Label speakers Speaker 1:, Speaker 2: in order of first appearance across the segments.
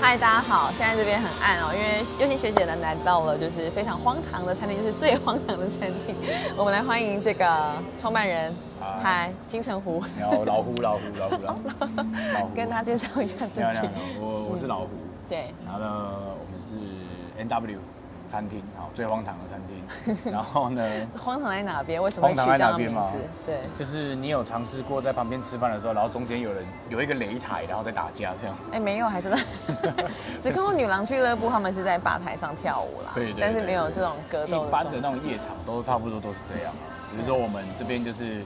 Speaker 1: 嗨，大家好，现在这边很暗哦，因为尤其学姐呢来到了就是非常荒唐的餐厅，就是最荒唐的餐厅。我们来欢迎这个创办人，
Speaker 2: 嗨
Speaker 1: 嗨，金城湖，
Speaker 2: 然后老虎，老虎，老虎，老虎，老虎
Speaker 1: 跟大家介绍一下
Speaker 2: 你好，你
Speaker 1: 自
Speaker 2: 好
Speaker 1: 己嗯
Speaker 2: 你。好我我是老虎，
Speaker 1: 对，
Speaker 2: 然后呢，我们是 N W 餐厅，好，最荒唐的餐 厅。然后呢，
Speaker 1: 荒唐在哪边？为什么会取
Speaker 2: 荒唐
Speaker 1: 这
Speaker 2: 在
Speaker 1: 样
Speaker 2: 哪
Speaker 1: 的
Speaker 2: 边
Speaker 1: 名
Speaker 2: 吗
Speaker 1: 字？对，
Speaker 2: 就是你有尝试过在旁边吃饭的时候，然后中间有人有一个擂台，然后在打架这样。
Speaker 1: 哎，没有，还 真的，只看过女郎俱乐部他们是在吧台上跳舞啦，
Speaker 2: 对对对
Speaker 1: 但是没有
Speaker 2: 对
Speaker 1: 这种格斗
Speaker 2: 一般的
Speaker 1: 状
Speaker 2: 那种夜场都差不多都是这样，啊只是说我们这边就是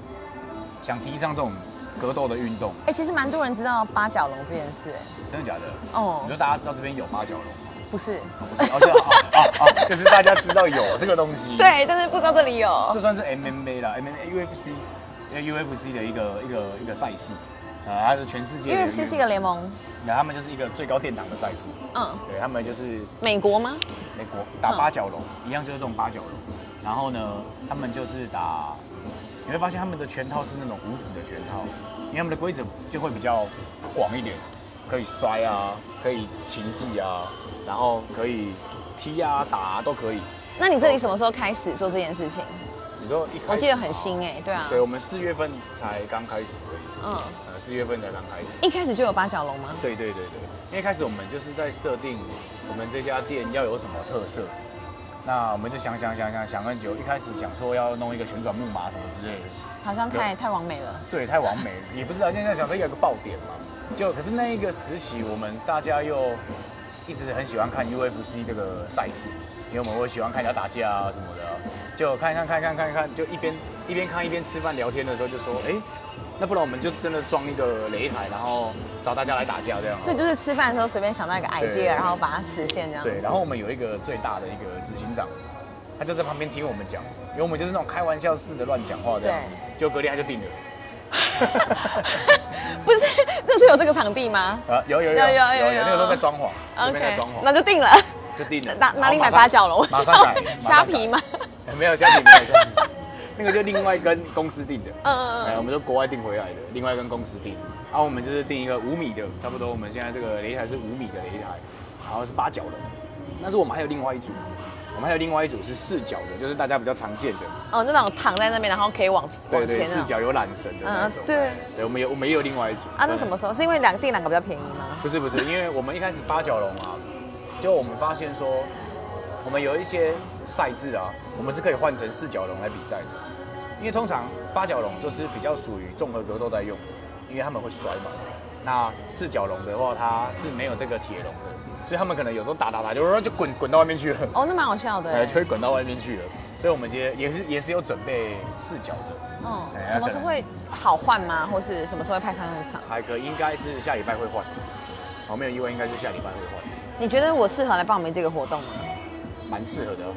Speaker 2: 想提倡这种格斗的运动，
Speaker 1: 哎、其实蛮多人知道八角笼这件事，哎
Speaker 2: 真的假的？
Speaker 1: 哦
Speaker 2: 你说大家知道这边有八角笼吗？
Speaker 1: 不是，
Speaker 2: 哦不是，哦，这哦哦哦，就是大家知道有这个东西。
Speaker 1: 对，但是不知道这里有
Speaker 2: 这，算是 MMA 啦，MMA UFC，呃 UFC 的一个一个一个赛事，啊，它是全世界
Speaker 1: 因
Speaker 2: 的
Speaker 1: 为 UFC 是一个，联盟，
Speaker 2: 然后他们就是一个最高殿堂的赛事，
Speaker 1: 嗯，
Speaker 2: 对他们就是
Speaker 1: 美国吗？
Speaker 2: 美国
Speaker 1: 嗯
Speaker 2: 打八角笼，一样就是这种八角笼，然后呢，他们就是打，你会发现他们的拳套是那种五指的拳套，因为他们的规则就会比较广一点，可以摔啊，可以擒技啊，然后可以踢啊打啊都可以。
Speaker 1: 那你这里什么时候开始做这件事情？
Speaker 2: 你说一开始
Speaker 1: 我记得很
Speaker 2: 吗
Speaker 1: 新哎、对啊，
Speaker 2: 对，我们四月份才刚开始而已，
Speaker 1: 嗯，
Speaker 2: 呃，四月份才刚开始。
Speaker 1: 一开始就有八角笼吗？
Speaker 2: 对对对对，因为开始我们就是在设定我们这家店要有什么特色，那我们就想想想想想很久，一开始想说要弄一个旋转木马什么之类的，
Speaker 1: 好像太太完美了，
Speaker 2: 对，太完美了，也不是啊，现在想说要有个爆点嘛，就可是那一个时期我们大家又一直很喜欢看 UFC 这个赛事，因为我们会喜欢看人家打架啊什么的啊，就看一看看一看看一看，就一边一边看一边吃饭聊天的时候就说，哎、那不然我们就真的装一个擂台，然后找大家来打架这样啊。
Speaker 1: 所以就是吃饭的时候随便想到一个
Speaker 2: 对
Speaker 1: idea，然后把它实现这样子。
Speaker 2: 对，然后我们有一个最大的一个执行长，他就在旁边听我们讲，因为我们就是那种开玩笑式的乱讲话这样子，就隔天他就定了。
Speaker 1: 不是，那时候有这个场地吗
Speaker 2: 啊，有有有
Speaker 1: 有有有有
Speaker 2: 有，那个时候在装潢，这边在装
Speaker 1: 那
Speaker 2: 潢，
Speaker 1: 就定了。
Speaker 2: 就定了。
Speaker 1: 哪
Speaker 2: 然后
Speaker 1: 哪里
Speaker 2: 马
Speaker 1: 买
Speaker 2: 上
Speaker 1: 八角笼？，
Speaker 2: 马上改
Speaker 1: 虾皮吗
Speaker 2: 马？上改？没有虾皮，没有虾皮， 那个就另外跟公司定的。
Speaker 1: 嗯嗯嗯
Speaker 2: 哎，我们就国外订回来的，另外跟公司订。然后我们就是订一个五米的，差不多我们现在这个擂台是五米的擂台，然后是八角的。但是我们还有另外一组，我们还有另外一组是四角的，就是大家比较常见的，
Speaker 1: 哦，那种躺在那边，然后可以往
Speaker 2: 对
Speaker 1: 往前啊
Speaker 2: 对，
Speaker 1: 那
Speaker 2: 四
Speaker 1: 种。
Speaker 2: 角有缆绳的那种
Speaker 1: 嗯。对
Speaker 2: 对，我们有我们也有另外一组。
Speaker 1: 啊，那什么时候？是因为两定两个比较便宜吗？
Speaker 2: 不是不是，因为我们一开始八角笼啊，就我们发现说，我们有一些赛制啊，我们是可以换成四角笼来比赛的，因为通常八角笼就是比较属于综合格斗在用，因为他们会摔嘛。那四角笼的话，它是没有这个铁笼的，所以他们可能有时候打打打就就滚滚到外面去了。
Speaker 1: 哦，那蛮好笑的
Speaker 2: 哎，
Speaker 1: 欸。
Speaker 2: 就会滚到外面去了，所以我们今天也是也是有准备四角的，
Speaker 1: 嗯
Speaker 2: 哎，
Speaker 1: 什么时候会好换吗？或是什么时候会派上用场？
Speaker 2: 还可以应该是下礼拜会换，好没有意外应该是下礼拜会换。
Speaker 1: 你觉得我适合来报名这个活动吗？
Speaker 2: 蛮适合的哦，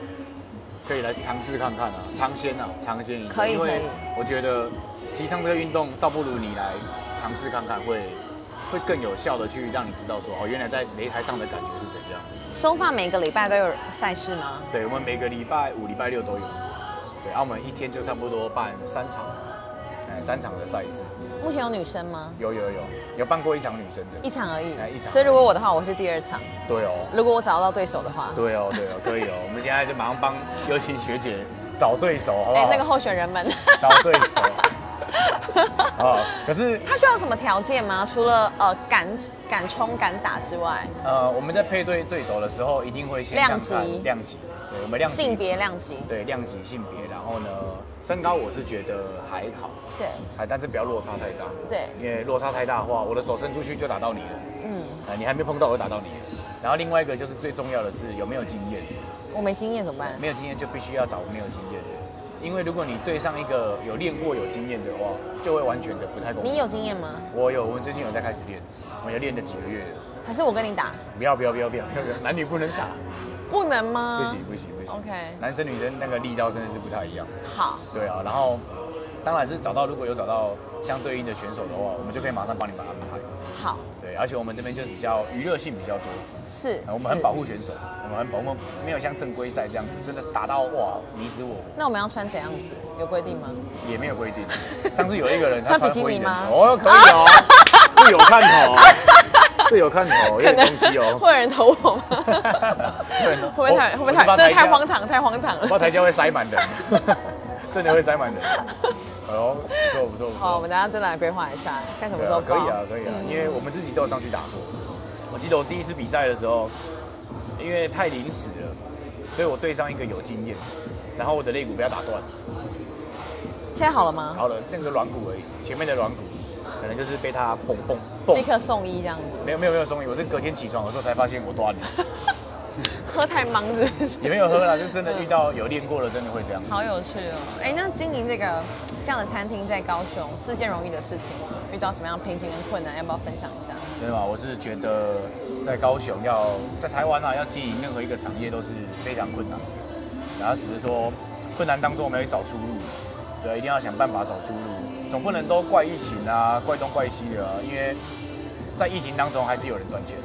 Speaker 2: 可以来尝试看看啊，尝鲜啊，尝鲜一下。
Speaker 1: 可以
Speaker 2: 因
Speaker 1: 可
Speaker 2: 为
Speaker 1: 以
Speaker 2: 我觉得提倡这个运动，倒不如你来尝试看看，会会更有效的去让你知道说，哦，原来在擂台上的感觉是怎样。
Speaker 1: 收发每个礼拜都有赛事吗？
Speaker 2: 对，我们每个礼拜五、礼拜六都有。对，啊，我们一天就差不多办三场，哎，三场的赛事。
Speaker 1: 目前有女生吗？
Speaker 2: 有有有，有办过一场女生的
Speaker 1: 一。场而已
Speaker 2: 哎一。场
Speaker 1: 所以如果我的话，我是第二场。
Speaker 2: 对哦，
Speaker 1: 如果我找到对手的话，
Speaker 2: 对哦，对哦，可以哦。我们现在就马上帮尤其学姐找对手，好不
Speaker 1: 哎
Speaker 2: 好？，
Speaker 1: 那个候选人们，
Speaker 2: 找对手。啊，可是
Speaker 1: 他需要什么条件吗？除了呃敢敢冲敢打之外，
Speaker 2: 呃，我们在配对对手的时候，一定会先
Speaker 1: 量
Speaker 2: 看
Speaker 1: 级
Speaker 2: 看量级，对，我们量级
Speaker 1: 性别量级，
Speaker 2: 对量级性别，然后呢，身高我是觉得还好，
Speaker 1: 对
Speaker 2: 还但是不要落差太大，
Speaker 1: 对，
Speaker 2: 因为落差太大的话，我的手伸出去就打到你了，
Speaker 1: 嗯，
Speaker 2: 啊、你还没碰到我就打到你了。然后另外一个就是最重要的是有没有经验，
Speaker 1: 我没经验怎么办？
Speaker 2: 没有经验就必须要找没有经验的，因为如果你对上一个有练过有经验的话，就会完全的不太公平。
Speaker 1: 你有经验吗？
Speaker 2: 我有，我们最近有在开始练，我们有练了几个月了。
Speaker 1: 还是我跟你打？
Speaker 2: 不要不要不要不要不要不要，男女不能打，
Speaker 1: 不能吗？
Speaker 2: 不行。不行不行。
Speaker 1: 啊 OK
Speaker 2: 男生女生那个力道真的是不太一样。
Speaker 1: 好，
Speaker 2: 对啊，然后当然是找到如果有找到相对应的选手的话，我们就可以马上帮你们安排。
Speaker 1: 好，
Speaker 2: 对，而且我们这边就比较娱乐性比较多，
Speaker 1: 是。
Speaker 2: 哎我们很
Speaker 1: 是
Speaker 2: 保。护选 手，我们很保护，我们没有像正规赛这样子，真的打到哇你死我
Speaker 1: 那我们要穿怎样子？有规定吗？
Speaker 2: 活，也没有规 定。上次有一个人他
Speaker 1: 穿比
Speaker 2: 穿
Speaker 1: 基
Speaker 2: 婚
Speaker 1: 尼
Speaker 2: 衣
Speaker 1: 吗
Speaker 2: 哦，可以哦，这有看头哦。这有看头，有
Speaker 1: 可
Speaker 2: 点
Speaker 1: 能
Speaker 2: 东西哦。
Speaker 1: 会有人投我吗？ 会不会太会不会太
Speaker 2: 我我
Speaker 1: 真的
Speaker 2: 是怕
Speaker 1: 太
Speaker 2: 台下
Speaker 1: 荒唐太荒唐
Speaker 2: 我怕
Speaker 1: 了？
Speaker 2: 台下会塞满人，真的会塞满人。哦，不错不错 不
Speaker 1: 好，我
Speaker 2: 错，
Speaker 1: 们大家真的来规划一下，看什么
Speaker 2: 对
Speaker 1: 时候嗯
Speaker 2: 啊可
Speaker 1: 报。
Speaker 2: 以啊可以啊，因为我们自己都有上去打过。我记得我第一次比赛的时候，因为太临时了，所以我对上一个有经验，然后我的肋骨被他打断，
Speaker 1: 现在好了吗？
Speaker 2: 好了，那个软骨而已，前面的软骨可能就是被他碰碰
Speaker 1: 立
Speaker 2: 碰，
Speaker 1: 刻送医这样子，
Speaker 2: 没有没有没有松弛，我是隔天起床的时候才发现我断了，
Speaker 1: 喝太忙是不是？
Speaker 2: 也没有喝了，就真的遇到有练过了，真的会这样子。
Speaker 1: 好有趣哦！哎，那经营这个这样的餐厅在高雄是件容易的事情吗？遇到什么样的瓶颈跟困难，要不要分享一下？
Speaker 2: 真的吗？我是觉得在高雄要在台湾啊，要经营任何一个产业都是非常困难的。然后只是说困难当中我们要去找出路，对，一定要想办法找出路，总不能都怪疫情啊，怪东怪西的、啊，因为在疫情当中还是有人赚钱，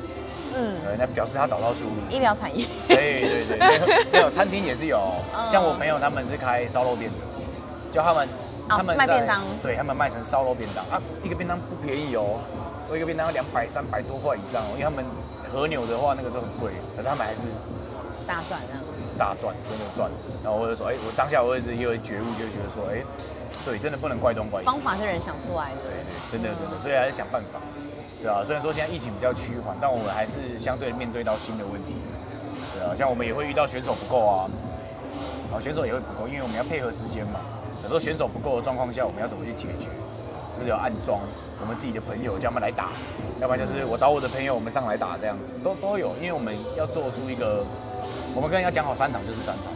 Speaker 1: 嗯，
Speaker 2: 对，那表示他找到出路。
Speaker 1: 医疗产业。
Speaker 2: 对哎对对，没有没有餐厅也是有，
Speaker 1: 嗯
Speaker 2: 像我朋友他们是开烧肉店的，就他们、
Speaker 1: 哦
Speaker 2: 他们
Speaker 1: 卖
Speaker 2: 在
Speaker 1: 便当
Speaker 2: 对他们卖成烧肉便当啊，一个便当不便宜哦，我一个便当要两百三百多块以上哦，因为他们和牛的话那个就很贵，可是他们还是
Speaker 1: 大蒜啊这样子。
Speaker 2: 大赚，真的赚。然后我就说，哎、我当下我也是也有觉悟，就觉得说，哎、对，真的不能怪东怪西，
Speaker 1: 方法是人想出来的
Speaker 2: 对。对，真的真的，所以还是想办法，对啊，虽然说现在疫情比较趋缓，但我们还是相对面对到新的问题，对啊，像我们也会遇到选手不够啊，然后选手也会不够，因为我们要配合时间嘛。有时候选手不够的状况下，我们要怎么去解决？就是要暗装我们自己的朋友叫他们来打，要不然就是我找我的朋友我们上来打这样子，都都有，因为我们要做出一个，我们跟人家讲好三场就是三场。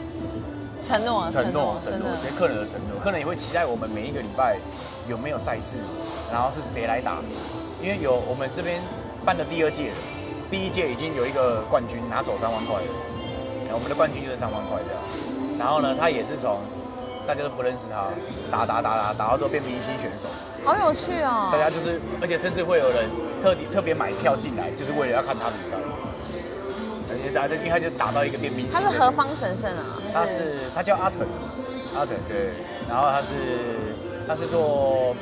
Speaker 1: 承诺，
Speaker 2: 承诺，
Speaker 1: 啊
Speaker 2: 承
Speaker 1: 真
Speaker 2: 诺
Speaker 1: 的，
Speaker 2: 对客人的承诺，客人也会期待我们每一个礼拜有没有赛事，然后是谁来打，因为有我们这边办的第二届了，第一届已经有一个冠军拿走三万块了，然后我们的冠军就是三万块这样子，然后呢，他也是从大家都不认识他，打打打打打到之后变明星选手，
Speaker 1: 好有趣哦。
Speaker 2: 大家就是，而且甚至会有人特地特别买票进来，就是为了要看他比赛，而且大家因为他就打到一个变明星的
Speaker 1: 他
Speaker 2: 程度，
Speaker 1: 是何方神圣啊？
Speaker 2: 他是他叫阿腾，阿腾对，然后他是他是做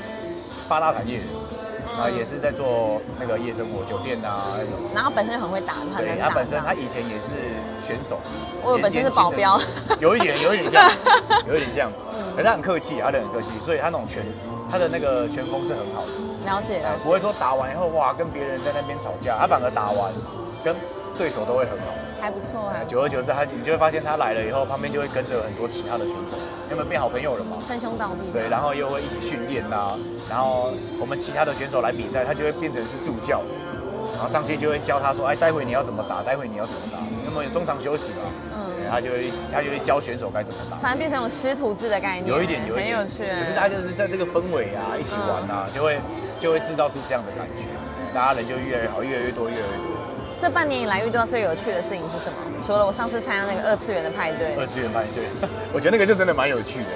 Speaker 2: 八大产业的，啊、也是在做那个夜生活酒店啊那种。
Speaker 1: 然后本身就很会打，很
Speaker 2: 对
Speaker 1: 能打。哦
Speaker 2: 他本身他以前也是选手，
Speaker 1: 我以为本身是保镖嗯
Speaker 2: 年轻的时候有一点有一点像，有一点像，可是他很客气，他人很客气，所以他那种拳他的那个拳风是很好的。
Speaker 1: 了解了
Speaker 2: 不
Speaker 1: 解，
Speaker 2: 会说打完以后哇跟别人在那边吵架，他反而打完跟对手都会很好。
Speaker 1: 还不错，还不错
Speaker 2: 久而久之，他你就会发现他来了以后，旁边就会跟着有很多其他的选手，因为我们变好朋友了嘛。
Speaker 1: 称兄道弟。
Speaker 2: 对，然后又会一起训练呐、然后我们其他的选手来比赛，他就会变成是助教，然后上去就会教他说，哎，待会你要怎么打，待会你要怎么打，那么有中场休息嘛，对
Speaker 1: 嗯，
Speaker 2: 他就会他就会教选手该怎么打。
Speaker 1: 反正变成有师徒制的概念，
Speaker 2: 有一点，有一
Speaker 1: 很
Speaker 2: 点
Speaker 1: 有趣。
Speaker 2: 可是大家就是在这个氛围啊，一起玩啊，就会就会制造出这样的感觉，大家人就越来越好，越来越多，越来越多。
Speaker 1: 这半年以来遇到最有趣的事情是什么？除了我上次参加那个二次元的派对，
Speaker 2: 二次元派对， 我觉得那个就真的蛮有趣的，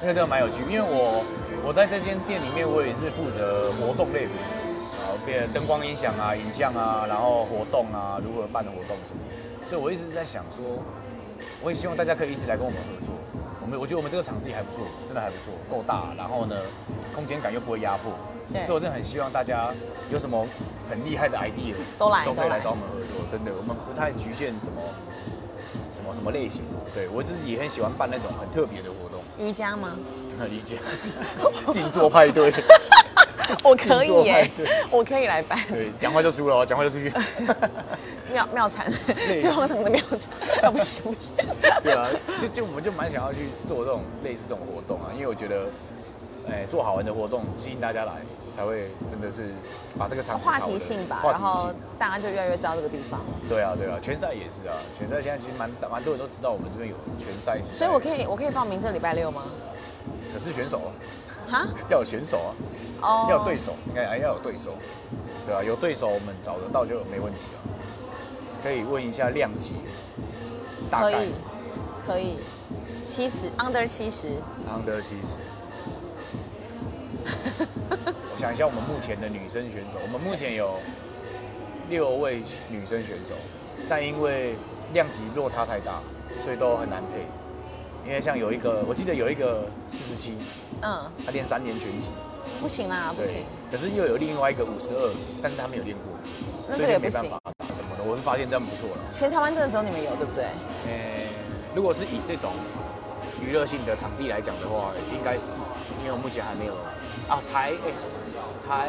Speaker 2: 那个真的蛮有趣，因为我我在这间店里面，我也是负责活动类别，然后变灯光、音响啊、影像啊，然后活动啊，如何办的活动什么，所以我一直在想说，我也希望大家可以一直来跟我们合作。我们我觉得我们这个场地还不错，真的还不错，够大，然后呢，空间感又不会压迫，
Speaker 1: 对
Speaker 2: 所以我真的很希望大家有什么很厉害的 idea
Speaker 1: 都来
Speaker 2: 都可
Speaker 1: 都
Speaker 2: 以来
Speaker 1: 来
Speaker 2: 找我们合作，真的，我们不太局限什么什么什么类型。对我自己也很喜欢办那种很特别的活 动，
Speaker 1: 瑜伽吗？
Speaker 2: 很理解。静坐派对，
Speaker 1: 我可以
Speaker 2: 静坐派
Speaker 1: 耶
Speaker 2: 对，
Speaker 1: 我可以来办。
Speaker 2: 对，讲话就输了哦，讲话就出去。
Speaker 1: 妙妙禅，
Speaker 2: 对
Speaker 1: 最荒唐的妙禅，啊不行不行。
Speaker 2: 对啊，就就我们就蛮想要去做这种类似这种活动啊，因为我觉得，哎，做好玩的活动吸引大家来，才会真的是把这个场子
Speaker 1: 话
Speaker 2: 炒得
Speaker 1: 题性吧，
Speaker 2: 话
Speaker 1: 然
Speaker 2: 题
Speaker 1: 后
Speaker 2: 性。
Speaker 1: 大家就越来越知道这个地方。
Speaker 2: 对啊，对啊，拳赛也是啊，拳赛现在其实蛮蛮多人都知道我们这边有拳赛，
Speaker 1: 所以我可以我可以报名这礼拜六吗？
Speaker 2: 以，可是选手啊
Speaker 1: 哈？
Speaker 2: 要有选手啊。
Speaker 1: 哦
Speaker 2: 要有对手，应该哎要有对手，对啊，有对手我们找得到就没问题了。可以问一下量级，大
Speaker 1: 可
Speaker 2: 概
Speaker 1: 以，可以，七十 under 七十，
Speaker 2: under 七十。 我想一下，我们目前的女生选手，我们目前有六位女生选手，但因为量级落差太大，所以都很难配。因为像有一个，我记得有一个四十七，
Speaker 1: 嗯，
Speaker 2: 她练三年拳击，
Speaker 1: 不行啦，不
Speaker 2: 对
Speaker 1: 行，，
Speaker 2: 可是又有另外一个五十二，但是她没有练过，
Speaker 1: 那
Speaker 2: 所
Speaker 1: 这
Speaker 2: 以
Speaker 1: 个也
Speaker 2: 就
Speaker 1: 不行
Speaker 2: 没办法打什么的。我是发现这样不错了。
Speaker 1: 全台湾真的只有你们有，对不对？
Speaker 2: 呃、
Speaker 1: 嗯
Speaker 2: 如果是以这种娱乐性的场地来讲的话，应该是，因为我目前还没有啊。台，哎、台，哎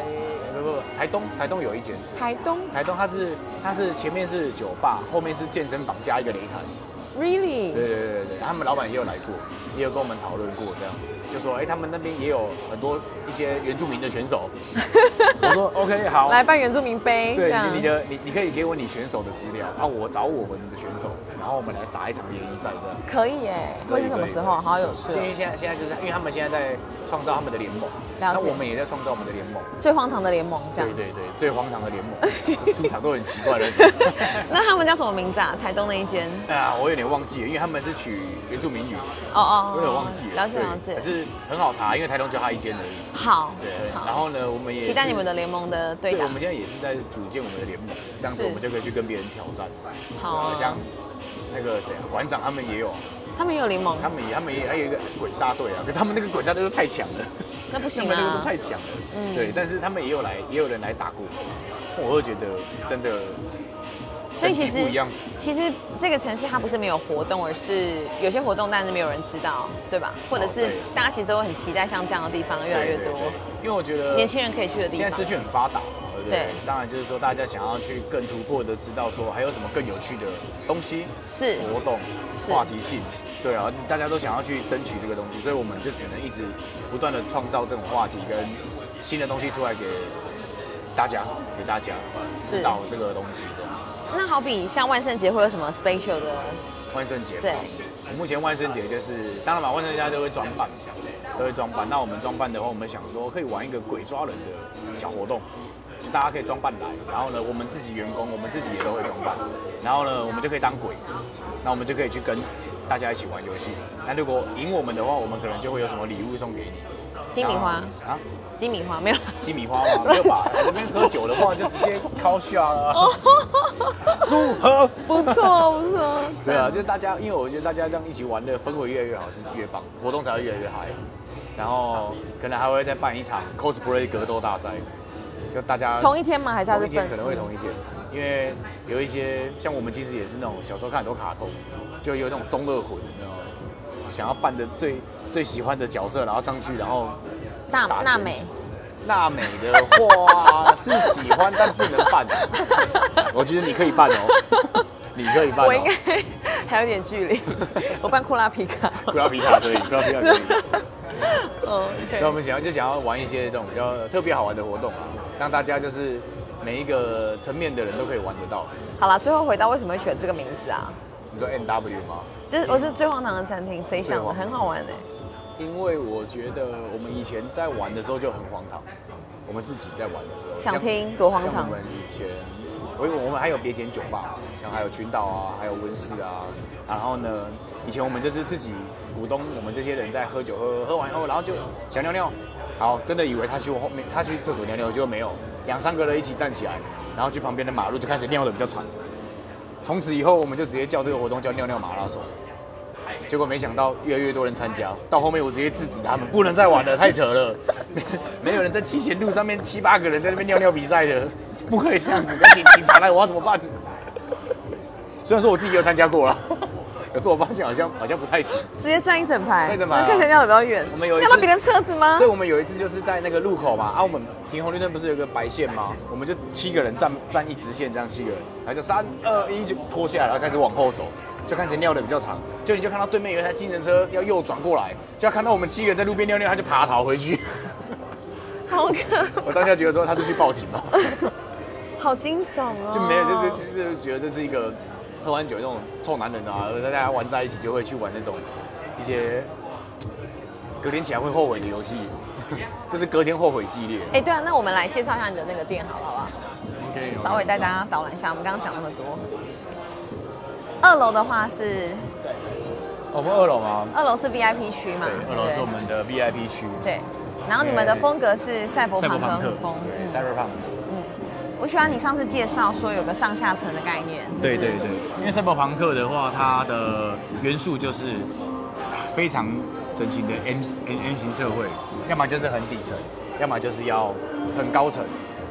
Speaker 2: 不不不，台东，台东有一间，
Speaker 1: 台东
Speaker 2: 台东它是它是前面是酒吧，后面是健身房加一个擂台。
Speaker 1: ，really？
Speaker 2: 对对对对对，他们老板也有来过，也有跟我们讨论过这样子，就说哎、他们那边也有很多一些原住民的 选手。我说 OK 好，
Speaker 1: 来办原住民杯，这
Speaker 2: 对
Speaker 1: 样
Speaker 2: 你你的你你可以给我你选手的资料，啊我找我们的选手，然后我们来打一场联谊赛这样。
Speaker 1: 可以耶，会是什么时候？好有趣
Speaker 2: 就因为
Speaker 1: 哦！
Speaker 2: 现在现在就是因为他们现在在创造他们的联盟，
Speaker 1: 了
Speaker 2: 那
Speaker 1: 解
Speaker 2: 我们也在创造我们的联盟。
Speaker 1: 最荒唐的联盟这
Speaker 2: 对
Speaker 1: 样。
Speaker 2: 对对，最荒唐 的联盟，出场都很奇怪 的。
Speaker 1: 那他们叫什么名字啊？台东那一间？
Speaker 2: 啊，我有点忘记了，因为他们是取原住民语，
Speaker 1: 哦哦，
Speaker 2: 我有点忘记了。
Speaker 1: 了解了解
Speaker 2: 可。是很好查，因为台东就他一间而已。
Speaker 1: 好，
Speaker 2: 对，然
Speaker 1: 好，
Speaker 2: 后呢，我们也
Speaker 1: 期待
Speaker 2: 是
Speaker 1: 你们的。联盟的对
Speaker 2: 对，
Speaker 1: 打
Speaker 2: 我。们现在也是在组建我们的联盟，这样子
Speaker 1: 是
Speaker 2: 我们就可以去跟别人挑战。
Speaker 1: 好啊
Speaker 2: 对像那个谁啊，馆长他们也有，
Speaker 1: 他们也有联盟，
Speaker 2: 他们也他们也还有一个鬼杀队啊，可是他们那个鬼杀队都太强了。
Speaker 1: 那不行
Speaker 2: 他们那个都
Speaker 1: 啊
Speaker 2: 太。强了，
Speaker 1: 嗯
Speaker 2: 对，但是他们也有来，也有人来打过，我会觉得真的
Speaker 1: 所以其
Speaker 2: 等级不一
Speaker 1: 实
Speaker 2: 样，
Speaker 1: 其实这个城市它不是没有活动，而是有些活动但是没有人知道，对吧？或者
Speaker 2: 哦
Speaker 1: 是
Speaker 2: 对
Speaker 1: 大家其实都很期待像这样的地方越来越
Speaker 2: 对
Speaker 1: 多
Speaker 2: 对，对因为我觉得
Speaker 1: 年轻人可以去的地
Speaker 2: 现在资
Speaker 1: 方。
Speaker 2: 讯很发达嘛，对不对？
Speaker 1: 对
Speaker 2: 当然就是说大家想要去更突破的知道说还有什么更有趣的东西、
Speaker 1: 是
Speaker 2: 活动、
Speaker 1: 是
Speaker 2: 话题性。对啊，大家都想要去争取这个东西，所以我们就只能一直不断的创造这种话题跟新的东西出来给大家，给大家
Speaker 1: 是
Speaker 2: 知道这个东西这样子。
Speaker 1: 那好比像万圣节会有什么 special 的？
Speaker 2: 万圣节，
Speaker 1: 对，
Speaker 2: 目前万圣节就是，当然嘛，万圣节大家都会装扮，都会装扮。那我们装扮的话，我们想说可以玩一个鬼抓人的小活动，就大家可以装扮来，然后呢，我们自己员工，我们自己也都会装扮，然后呢，我们就可以当鬼，那我们就可以去跟大家一起玩游戏。那如果赢我们的话，我们可能就会有什么礼物送给你，
Speaker 1: 金米花，
Speaker 2: 啊，
Speaker 1: 金米花没有啦。
Speaker 2: 鸡米花吗？没有吧？这边喝酒的话就直接敲下
Speaker 1: 哦
Speaker 2: 了，祝贺。
Speaker 1: 不错不错，
Speaker 2: 对啊，就是大家，因为我觉得大家这样一起玩的氛围越来越好，是越棒，活动才会越来越嗨。然后可能还会再办一场 cosplay 格斗大赛，就大家
Speaker 1: 同一天吗？还是它
Speaker 2: 同
Speaker 1: 是
Speaker 2: 一天
Speaker 1: 分？
Speaker 2: 可能会同一天，因为有一些像我们其实也是那种小时候看很多卡通，就有那种中二魂，你知道吗？想要扮的最最喜欢的角色，然后上去，然后
Speaker 1: 大
Speaker 2: 打
Speaker 1: 娜
Speaker 2: 拳
Speaker 1: 美。
Speaker 2: 娜美的话是喜欢，但不能扮。我觉得你可以扮哦，你 可以扮、哦。
Speaker 1: 我应该还有点距 离，我扮库拉皮卡。
Speaker 2: 不要皮卡可以，不要皮卡可以。
Speaker 1: 嗯，
Speaker 2: 那我们想要就想要玩一些这种比较特别好玩的活动啊，让大家就是每一个层面的人都可以玩得到。
Speaker 1: 好了，最后回到为什么会选这个名字啊？
Speaker 2: 你说 N W 吗？
Speaker 1: 就是我是最荒唐的餐厅，谁想
Speaker 2: 最
Speaker 1: 的？
Speaker 2: 荒唐
Speaker 1: 很好玩哎、
Speaker 2: 因为我觉得我们以前在玩的时候就很荒唐，我们自己在玩的时候。
Speaker 1: 想
Speaker 2: 像
Speaker 1: 听多荒唐
Speaker 2: 像我们以前，我我们还有别间酒吧，像还有群岛啊，还有温室啊。然后呢，以前我们就是自己股东，我们这些人在喝酒喝喝完以后，然后就想尿尿，好，真的以为他去后面他去厕所尿尿，结果没有，两三个人一起站起来，然后去旁边的马路就开始尿的比较长。从此以后，我们就直接叫这个活动叫尿尿马拉松。结果没想到越来越多人参加，到后面我直接制止他们，不能再玩了，太扯了， 没有人在七贤路上面七八个人在那边尿尿比赛的，不可以这样子，要请警察来，我要怎么办？虽然说我自己也有参加过了，啊 可是我发现好像好像不太行。
Speaker 1: 直接站一整排，
Speaker 2: 站一整排啊
Speaker 1: 那看起来尿的比较远。
Speaker 2: 我们有一次
Speaker 1: 尿到别人车子吗
Speaker 2: 所以？我们有一次就是在那个路口嘛，啊，我们停红绿灯不是有个白线吗？我们就七个人站站一直线，这样七个人，然后就三二一就脱下来，然后开始往后走，就看谁尿的比较长。就你就看到对面有一台计程车要右转过来，就要看到我们七个人在路边尿尿，他就爬逃回去。
Speaker 1: 好可，
Speaker 2: 我当下觉得说他是去报警嘛，
Speaker 1: 好惊悚哦。
Speaker 2: 就没有，就是就是觉得这是一个喝完酒那种臭男人啊，大家玩在一起就会去玩那种一些隔天起来会后悔的游戏，就是隔天后悔系列。
Speaker 1: 哎、对啊，那我们来介绍一下你的那个店好了，啊好不好？
Speaker 2: 哦
Speaker 1: 稍微带大家导览一下，我们刚刚讲那么多。二楼的话是，
Speaker 2: 我们二楼吗？
Speaker 1: 二楼是 VIP 区嘛？
Speaker 2: 对，二楼是我们的 VIP 区，
Speaker 1: 对。对然后你们的风格是赛博朋克风，
Speaker 2: 对
Speaker 1: 哦嗯
Speaker 2: ，Cyberpunk，
Speaker 1: 我喜欢你上次介绍说有个上下层的概念。就是
Speaker 2: 对对对，因为赛博朋克的话，它的元素就是啊非常整形的 M M M 型社会，要么就是很底层，要么就是要很高层，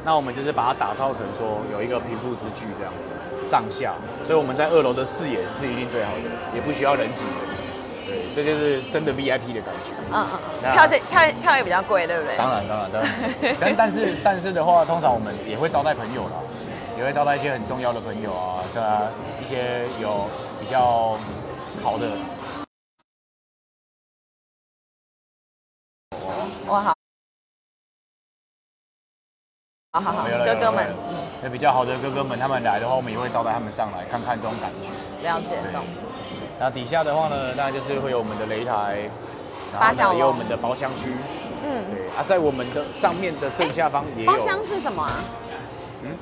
Speaker 2: 那我们就是把它打造成说有一个贫富之距这样子上下，所以我们在二楼的视野是一定最好的，也不需要人挤人。对，这就是真的 VIP 的感觉。
Speaker 1: 嗯嗯嗯，
Speaker 2: 那
Speaker 1: 票价票票也比较贵，对不对？
Speaker 2: 当然，当然，当 然。但但是但是的话，通常我们也会招待朋友啦，也会招待一些很重要的朋友啊，这一些有比较好的。
Speaker 1: 哇好，好好好，
Speaker 2: 有了
Speaker 1: 哥哥们，，
Speaker 2: 有了有了那比较好的哥哥们，他们来的话，我们也会招待他们上来，看看这种感觉。
Speaker 1: 了解懂。
Speaker 2: 那底下的话呢，当然就是会有我们的擂台，然
Speaker 1: 八
Speaker 2: 后
Speaker 1: 角
Speaker 2: 呢
Speaker 1: 笼
Speaker 2: 也有我们的包厢区，
Speaker 1: 嗯，
Speaker 2: 对啊，在我们的上面的正下方也有
Speaker 1: 包厢是什么啊？
Speaker 2: 嗯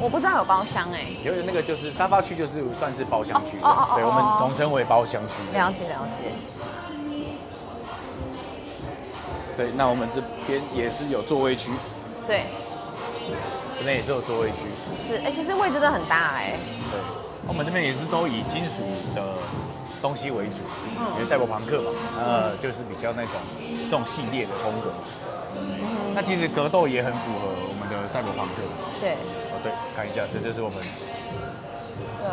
Speaker 1: 我不知道有包厢哎。
Speaker 2: 有有那个就是沙发区，就是算是包厢区
Speaker 1: 哦哦哦，
Speaker 2: 对
Speaker 1: 哦
Speaker 2: 我们
Speaker 1: 哦
Speaker 2: 统称为包厢区。
Speaker 1: 了解了解，
Speaker 2: 对，那我们这边也是有座位区，
Speaker 1: 对，
Speaker 2: 这边也是有座位区，
Speaker 1: 是哎、其实位置真的很大哎、
Speaker 2: 对，我们这边也是都以金属的东西为主，
Speaker 1: 嗯
Speaker 2: 因为赛博朋克嘛，呃，就是比较那种这种系列的风格。
Speaker 1: 嗯
Speaker 2: 那其实格斗也很符合我们的赛博朋克。
Speaker 1: 对
Speaker 2: 哦，对，看一下，这就是我们
Speaker 1: 对。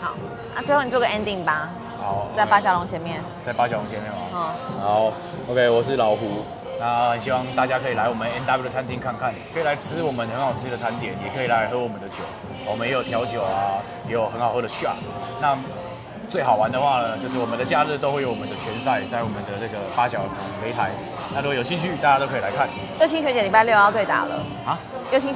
Speaker 1: 好，啊，最后你做个 ending 吧，
Speaker 2: 好
Speaker 1: 在八角笼前面，
Speaker 2: 在八角龙前面吗？
Speaker 1: 嗯，
Speaker 2: 好，OK，我是老胡。那很希望大家可以来我们 NW 的餐厅看看，可以来吃我们很好吃的餐点，也可以来喝我们的酒。我们也有调酒啊，也有很好喝的 shot。那最好玩的话呢，就是我们的假日都会有我们的拳赛在我们的这个八角擂台。那如果有兴趣，大家都可以来看
Speaker 1: 右青学姐礼拜六要对打了，
Speaker 2: 啊。
Speaker 1: 右青。